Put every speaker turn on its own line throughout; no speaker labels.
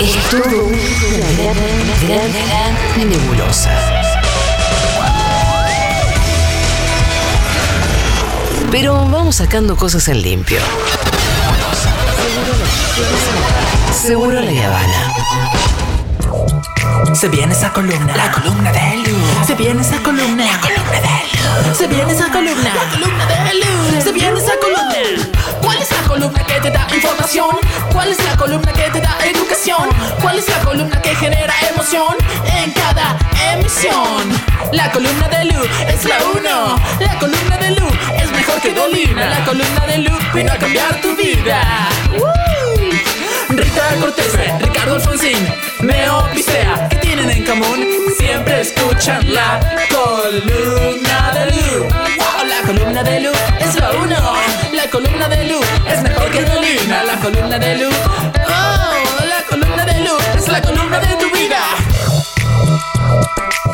Es todo una gran, gran, gran nebulosa. Pero vamos sacando cosas en limpio. Seguro la Habana.
Se viene esa columna.
La columna de Lu.
Se viene esa columna.
La columna de
Lu. Se viene esa columna.
La columna de Lu.
Se viene esa columna. ¿Cuál es la columna que te da información? ¿Cuál es la columna que te da educación? ¿Cuál es la columna que genera emoción en cada emisión? La columna de Lu es la uno. La columna de Lu es mejor que Dolina. La columna de Lu vino a cambiar tu vida. Rita Cortés, Ricardo Alfonsín, Neo Pisea, ¿qué tienen en común? Siempre escuchan la columna de Lu. Wow, la columna de Lu es la uno. La columna de Lu es mejor que Dolina. La columna de Lu, oh, la columna de Lu es la columna de tu vida.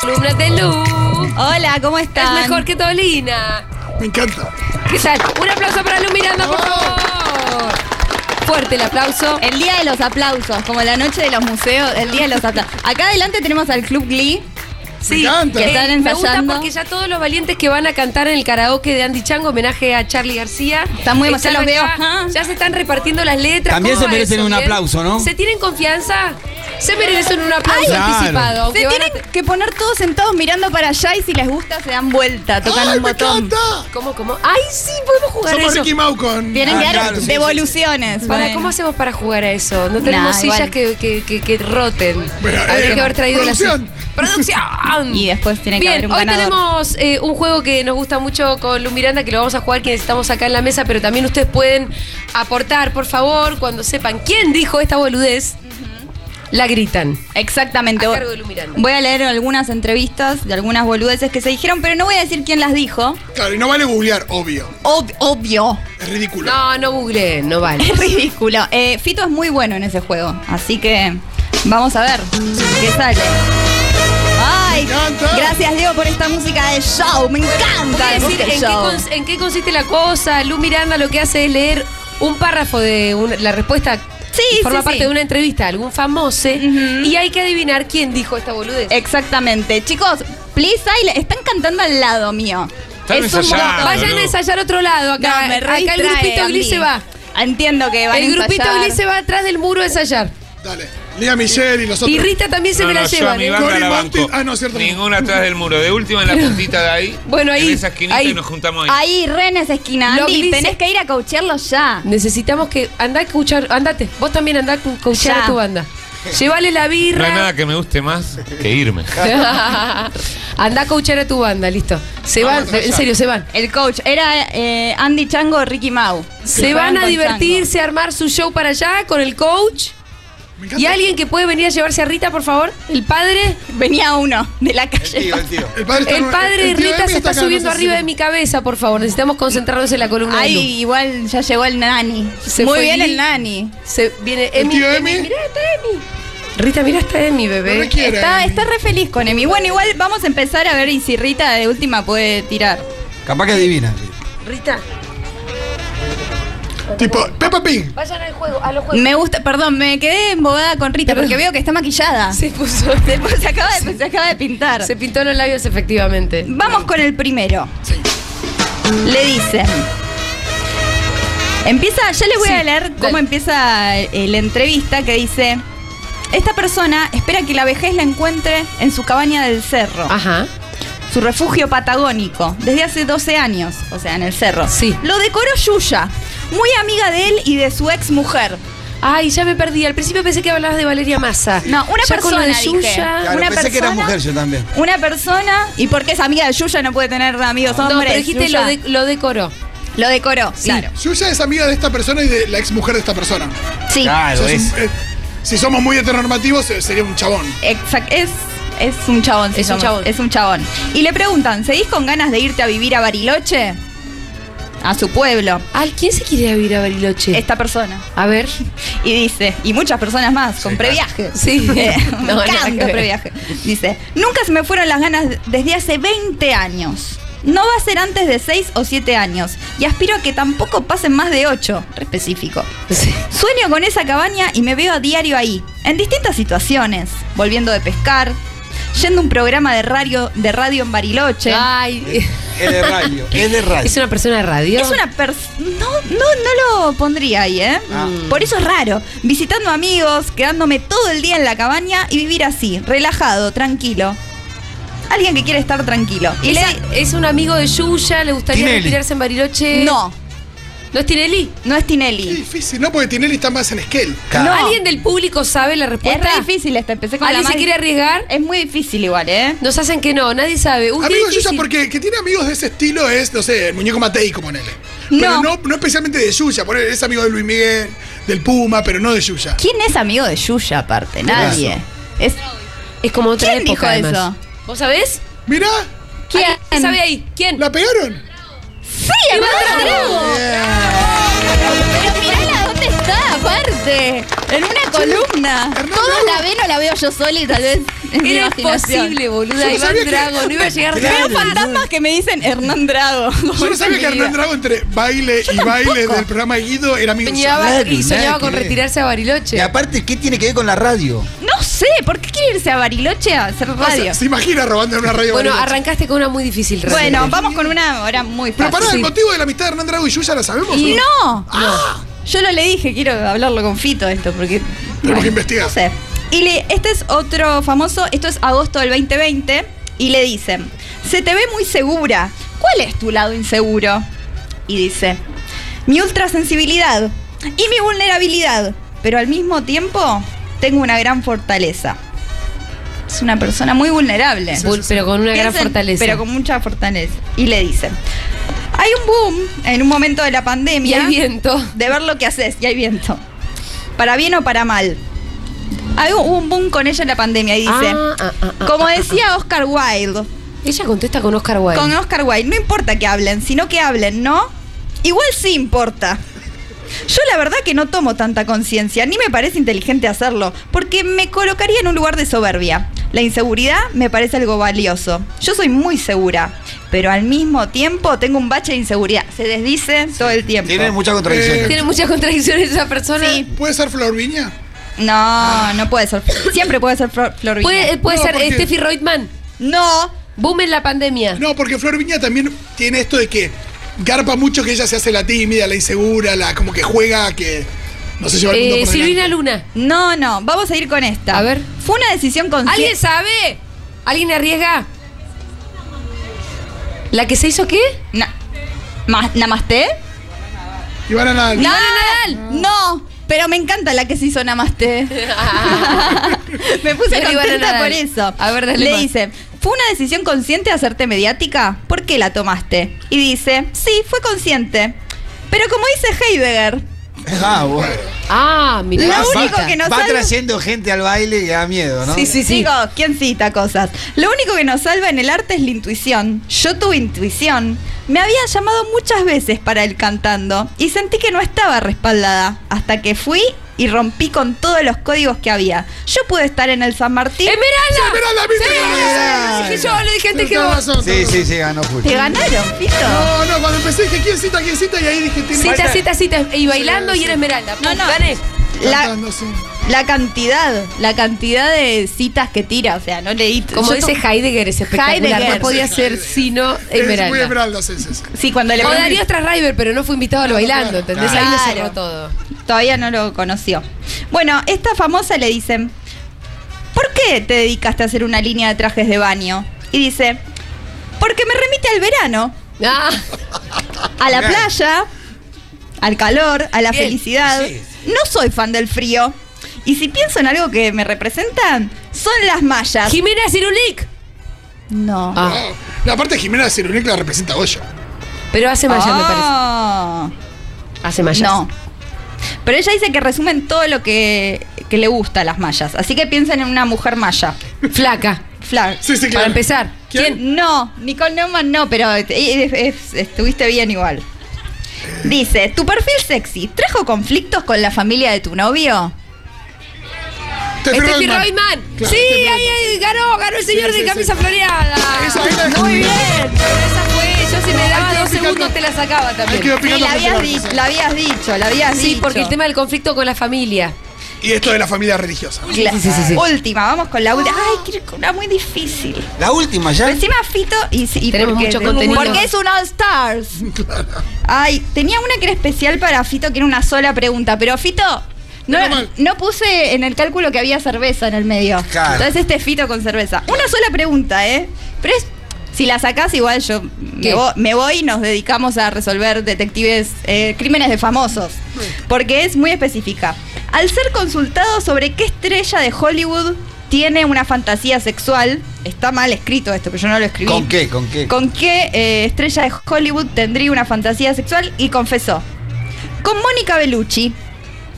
Columna de Lu.
Hola, ¿cómo estás?
Es mejor que Dolina.
Me encanta.
¿Qué tal? Un aplauso para Lu Miranda,
Oh.
por favor. Fuerte el aplauso.
El día de los aplausos, como la noche de los museos, el día de los aplausos. Acá adelante tenemos al Club Glee.
Sí,
que están
eh, me gusta
ensayando.
porque ya todos los valientes que van a cantar en el karaoke de Andy Chango, homenaje a Charlie García.
Están muy emocionados, los veo.
ya-
Ah.
Ya, se están repartiendo las letras.
También
¿Cómo
se
va
merecen
eso,
un
Miguel?
aplauso, ¿no?
¿Se tienen confianza? Se merecen un aplauso
Claro.
anticipado. aunque
Se
van a
tienen que poner todos sentados mirando para allá y si les gusta se dan vuelta, tocan
¡Ay,
un
me
botón.
encanta!
te- ¿Cómo, cómo? ¡Ay, sí! Podemos jugar a
Somos
eso.
Ricky Mau con.
Tienen que dar
Ah, claro, sí,
devoluciones.
Para,
bueno.
¿Cómo hacemos para jugar a eso? No tenemos
Nah,
sillas
igual.
que, que- que- que roten.
Bueno,
Habría
eh,
que haber traído
producción.
la silla. ¡Producción!
Y después tiene que haber
Bien,
un
hoy
ganador.
tenemos eh, un juego que nos gusta mucho con Lu Miranda, que lo vamos a jugar quienes estamos acá en la mesa, pero también ustedes pueden aportar, por favor, cuando sepan quién dijo esta boludez, la gritan.
Exactamente.
A
Voy-
cargo de Lu Miranda.
Voy a leer algunas entrevistas de algunas boludeces que se dijeron, pero no voy a decir quién las dijo.
Claro, y no vale googlear, obvio.
Ob- obvio.
Es ridículo.
No, no googleen, no vale.
Es ridículo. Eh, Fito es muy bueno en ese juego, así que vamos a ver qué sale. ¡Ay!
Me encanta.
Gracias, Diego, por esta música de show. Me
Voy a
encanta el
decir en
show.
qué, cons- en qué consiste la cosa. Lu Miranda lo que hace es leer un párrafo de una- la respuesta.
Sí,
que forma
sí,
parte
sí.
de una entrevista a algún famoso
Ujú.
y hay que adivinar quién dijo esta boludez.
Eh,
Exactamente. Chicos, Please Island, están cantando al lado mío.
Están ensayando.
montón.
Vaya-
Vayan
Lu.
a ensayar otro lado acá.
No, me re
acá el
distrae,
grupito Glee
Andy.
se va.
Entiendo que van a
el grupito
ensayar.
Glee se va atrás del muro a ensayar.
Dale. Lía Michelle y los otros.
Y Rita también se
No,
me la
no, yo a
llevan.
mi
¿eh?
banda
Cory
la
Martin-
banco.
ah, no, cierto.
Ninguna atrás del muro. De última en la puntita de ahí.
Bueno, ahí,
En esa esquinita
ahí.
y nos juntamos ahí.
Ahí, re en esa esquina,
Lo
Andy,
Glee se-
tenés que ir a coachearlo ya.
Necesitamos que andá a escuchar, andate, vos también andá a cu- coachear
Ya.
a tu banda. Llévale la
No
birra.
hay nada que me guste más que irme.
andá a coachear a tu banda, listo. Se van, en serio, se van.
El coach era eh, Andy Chango o Ricky Mau.
Se van a divertirse, a armar su show para allá con el coach.
Me encanta.
Y alguien que puede venir a llevarse a Rita, por favor, el padre.
Venía uno de la calle.
El padre, está
El
en-
padre de
el tío
Rita
Emi
se está
acá, no
subiendo
sé si-
arriba de mi cabeza, por favor. Necesitamos concentrarnos en la columna de Lu.
Ahí igual ya llegó el nani.
Se
Muy
fue
bien
Lee.
el nani.
Se viene Emi.
tío Emi?
Mirá, está Emi. Rita, mirá, está Emi,
No
bebé.
me quiere.
Está, está re feliz con Emi. Bueno, igual vamos a empezar a ver y si Rita de última puede tirar.
Capaz que adivina.
Rita,
Tipo, Peppa Pig.
vayan al juego, a los
Me gusta, perdón, me quedé embobada con Rita porque veo que está maquillada.
Se puso.
Se, se acaba de, se acaba de pintar.
Se pintó en los labios, efectivamente.
Vamos con el primero. Le dicen. Empieza, ya les voy a
Sí,
leer cómo
dale.
empieza eh, la entrevista que dice. Esta persona espera que la vejez la encuentre en su cabaña del cerro,
Ajá.
su refugio patagónico, desde hace 12 años, o sea, en el cerro.
Sí.
Lo decoró Yuya, muy amiga de él y de su ex mujer.
Ay, ya me perdí. Al principio pensé que hablabas de Valeria Massa.
No, una
Ya con lo
persona,
de
dije.
Yuya.
Claro,
Una
pensé que era
persona-
mujer yo también.
Una persona, y porque es amiga de Yuya, no puede tener amigos hombres.
No, pero dijiste
Yuya
lo, de- lo decoró.
lo decoró, claro.
Yuya es amiga de esta persona y de la ex mujer de esta persona.
Sí.
Claro,
O sea, es
es.
un- eh, si somos muy heteronormativos, eh, sería un chabón.
Exacto, es, es un chabón. si
Es un
somos-
chabón.
Es un chabón. Y le preguntan, ¿seguís con ganas de irte a vivir a Bariloche? A su pueblo.
Ay, ¿quién se quiere ir a Bariloche?
Esta persona.
A ver.
Y dice, y muchas personas más, con previaje.
Sí.
Eh, me
No, nada que
encanta
ver.
previaje. Dice, nunca se me fueron las ganas desde hace 20 años. No va a ser antes de 6 o 7 años y aspiro a que tampoco pasen más de 8, re específico.
Sí.
Sueño con esa cabaña y me veo a diario ahí, en distintas situaciones, volviendo de pescar, yendo a un programa de radio, de radio en Bariloche.
Ay,
Es de radio, es de radio.
es una persona de radio.
Es una persona. No, no, no lo pondría ahí, ¿eh?
Ah.
Por eso es raro. Visitando amigos, quedándome todo el día en la cabaña y vivir así, relajado, tranquilo. Alguien que quiere estar tranquilo. Y
Esa-
le-
es un amigo de Yuya, le gustaría
Tinelli.
retirarse en Bariloche.
No,
¿No es Tinelli?
no es
Qué
Tinelli.
difícil, ¿no? Porque Tinelli está más en Esquel.
No.
¿Alguien del público sabe la
Es
respuesta?
re difícil esta, empecé con la
¿Alguien se
más-
quiere arriesgar?
Es muy difícil igual, ¿eh?
Nos hacen que no, nadie sabe. Uy, qué
Amigos de Yuya,
difícil.
porque que tiene amigos de ese estilo es, no sé, el muñeco Matei, como en él.
No.
Pero no, no especialmente de Yuya, por él es amigo de Luis Miguel, del Puma, pero no de Yuya.
¿Quién es amigo de Yuya aparte? Nadie. Es,
Es como otra
¿Quién
época,
dijo
además. ¿Vos sabés?
Mirá,
¿Quién?
¿Alguien que sabe ahí? ¿Quién?
¿la pegaron?
¡Sí, Evandro Drago!
Bien.
Pero mirala dónde está, aparte.
En una columna.
Hernán
Todos la
Drago.
ven o la veo yo sola y tal vez. es mi
Era
imaginación.
imposible,
Yo
boluda.
no
Iván
sabía que-
Drago, no iba a llegar
Veo
Claro.
nada.
fantasmas que me dicen Hernán Drago.
Yo no sabía que Hernán Drago entre baile y baile del programa Guido era amigo suyo.
Soñaba
Claro,
y soñaba
nada
con
que ver.
retirarse a Bariloche.
Y aparte, ¿qué tiene que ver con la radio?
No sé, ¿por qué quiere irse a Bariloche a hacer
O sea,
radio?
se imagina robando en una radio.
Bueno,
Bariloche.
arrancaste con una muy difícil. realmente.
Bueno, vamos con una hora muy
Pero pará, el
fácil.
motivo de la amistad de Hernán Drago y Yuya la sabemos.
Y
o
no,
Ah,
yo no le dije, quiero hablarlo con Fito esto, porque...
Tenemos que investigar.
No sé. Y le- este es otro famoso, esto es agosto del 2020, y le dicen, se te ve muy segura, ¿cuál es tu lado inseguro? Y dice, mi ultrasensibilidad y mi vulnerabilidad, pero al mismo tiempo tengo una gran fortaleza. Es una persona muy vulnerable.
Bull, pero con una gran
Piensen,
fortaleza.
Pero con mucha fortaleza. Y le dicen, hay un boom en un momento de la
Y
pandemia
hay viento.
de ver lo que haces y hay viento. Para bien o para mal. Hay un- hubo un boom con ella en la pandemia y dice,
Ah, ah, ah, ah,
como
ah,
decía Oscar Wilde,
Ella contesta con Oscar Wilde.
con Oscar Wilde, no importa que hablen, sino que hablen, ¿no? Igual sí importa. Yo la verdad que no tomo tanta conciencia, ni me parece inteligente hacerlo, porque me colocaría en un lugar de soberbia. La inseguridad me parece algo valioso. Yo soy muy segura, pero al mismo tiempo tengo un bache de inseguridad. Se desdice todo el tiempo.
Tiene muchas contradicciones.
Tiene muchas contradicciones esa persona.
Sí.
¿Puede ser Flor Viña?
No, no puede ser. Siempre puede ser Flor, Flor Vigna.
Puede, puede
No,
ser
porque-
Steffi Reutemann.
No,
Boom en la pandemia.
No, porque Flor Viña también tiene esto de que garpa mucho que ella se hace la tímida, la insegura, la como que juega, que no se lleva el mundo
Eh,
por
Silvina
delante.
Luna.
no, no. Vamos a ir con esta.
A ver.
Fue una decisión
¿Alguien
consciente.
sabe? ¿Alguien arriesga? ¿La que se hizo qué?
¿Namaste?
Ivana Nadal.
No,
Ah.
no, pero me encanta la que se hizo Namaste. me puse
Arriba
contenta
Nadal.
por eso.
A ver, dale
Le
más.
dice, ¿fue una decisión consciente hacerte mediática? ¿Por qué la tomaste? Y dice, sí, fue consciente. Pero como dice Heidegger,
Ah, bueno.
Ah, mira.
lo
Va-
único que nos
Va
salva-
trayendo gente al baile y da miedo, ¿no?
Sí, sí, sí.
Digo, ¿quién cita cosas? Lo único que nos salva en el arte es la intuición. Yo tuve intuición. Me había llamado muchas veces para el cantando y sentí que no estaba respaldada hasta que fui y rompí con todos los códigos que había. Yo pude estar en el San Martín.
¡Esmeralda!
Esmeralda, viste,
¡Sí! Lo dije yo, lo dije antes que
Tenés
vos.
razón,
Sí,
tenés
sí,
razón.
sí, ganó Julio.
Te ganaron, Fito.
No, no, cuando empecé dije quién cita, quién cita, y ahí dije tiene
Cita, cita, cita. Y bailando y era Esmeralda.
No,
Pum,
no.
Gané.
La,
Cantando, sí.
la cantidad, la cantidad de citas que tira. O sea, no leí.
Como
yo
dice
tu-
Heidegger, es espectacular.
Heidegger.
No podía ser sino
Es muy
Esmeralda.
Esmeralda, sí, sí, sí.
Sí, cuando le
O Oh, Darío Strasriver, pero no fue invitado a lo bailando, ¿entendés? Ahí lo
Claro.
cerró todo.
Todavía no lo conoció. Bueno, esta famosa le dicen, ¿por qué te dedicaste a hacer una línea de trajes de baño? Y dice, porque me remite al verano,
Ah,
a la
Claro.
playa, al calor, a la
Bien.
felicidad.
Sí,
No soy fan del frío. Y si pienso en algo que me representan, son las mallas.
Ah. Jimena Cirulik.
No.
Ah,
La parte de Jimena Cirulic la representa Goya.
pero hace malla, me parece.
Ah.
Hace malla.
No. Pero ella dice que resumen todo lo que, que le gusta a las mallas. Así que piensen en una mujer malla.
Flaca.
Flag.
Sí, sí, claro.
Para empezar. ¿Quién?
No, Nicole Neumann no, pero eh, eh, es- estuviste bien igual. Dice, tu perfil sexy, ¿trajo conflictos con la familia de tu novio?
Steffi
Este Steffi
Reutemann.
Reutemann.
Claro,
sí,
Steffi
ahí, ahí, ganó, ganó el señor
Sí,
de
sí,
camisa
sí.
floreada.
Esa es la de Jimena.
Esa fue. si me
Ahí
daba
quedó
dos
picando.
segundos te la sacaba
Ahí quedó
también.
Sí,
picando
la
José
habías,
Martínez.
di- la habías dicho, la habías dicho.
Sí, porque el tema del conflicto con la familia.
Y esto de la familia religiosa.
Cla- Última, vamos con la última. Ay, quiero con una muy difícil.
La última ya.
Pero encima Fito y, y
Tenemos
porque-
mucho contenido.
Porque es un All Stars. Ay, tenía una que era especial para Fito, que era una sola pregunta, pero Fito. No,
Menos mal.
no puse en el cálculo que había cerveza en el medio.
Claro.
Entonces este es Fito con cerveza. Una sola pregunta, ¿eh? Pero es, si la sacás igual yo
¿Qué?
me, vo- me voy y nos dedicamos a resolver detectives, eh, crímenes de famosos. Porque es muy específica. Al ser consultado sobre qué estrella de Hollywood tiene una fantasía sexual, está mal escrito esto, pero yo no lo escribí.
¿Con qué? ¿Con qué?
¿Con qué eh, estrella de Hollywood tendría una fantasía sexual? Y confesó. Con Mónica Bellucci.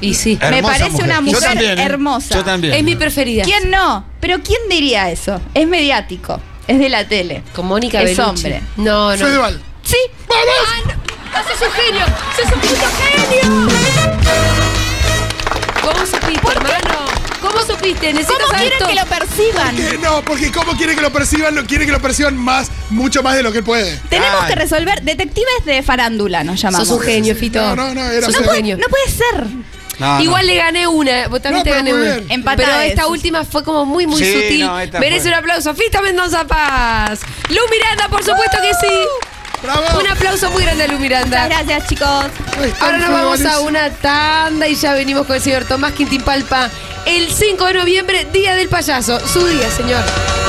Y sí.
me parece una mujer
Yo también, ¿eh?
hermosa.
Yo también.
Es mi preferida.
¿Quién no? Pero ¿quién diría eso? Es mediático. Es de la tele.
Con Mónica
Es
Bellucci.
hombre.
No, no.
Fedeval.
Sí.
¡Vamos! Ah, ¡Sos un genio! ¡Sos un puto genio! ¿Cómo supiste, hermano? ¿Cómo supiste? Necesito
¿Cómo
saber
quieren
todo.
que lo perciban?
Eh, no, porque ¿cómo quiere que lo perciban? Lo quiere que lo perciban más, mucho más de lo que él puede.
Tenemos
Ay.
que resolver detectives de farándula, nos llamamos.
Sos un genio, Fito.
No, no, no, era
Sos
un
un
genio.
genio.
No puede ser.
No, no.
Igual le gané una, eh, vos también
No,
te
pero
gané
muy
una.
bien.
Empatades.
Pero esta última fue como muy, muy
Sí,
sutil.
no, esta
Merece
fue.
un aplauso. Fito Mendoza Paz. Lu Miranda, por supuesto que sí.
¡Bravo!
Un aplauso muy grande a Lu Miranda.
Muchas gracias, chicos.
Ahí están,
Ahora nos vamos a
Fedeval.
una tanda y ya venimos con el señor Tomás Quintín Palpa el 5 de noviembre, Día del Payaso. Su día, señor.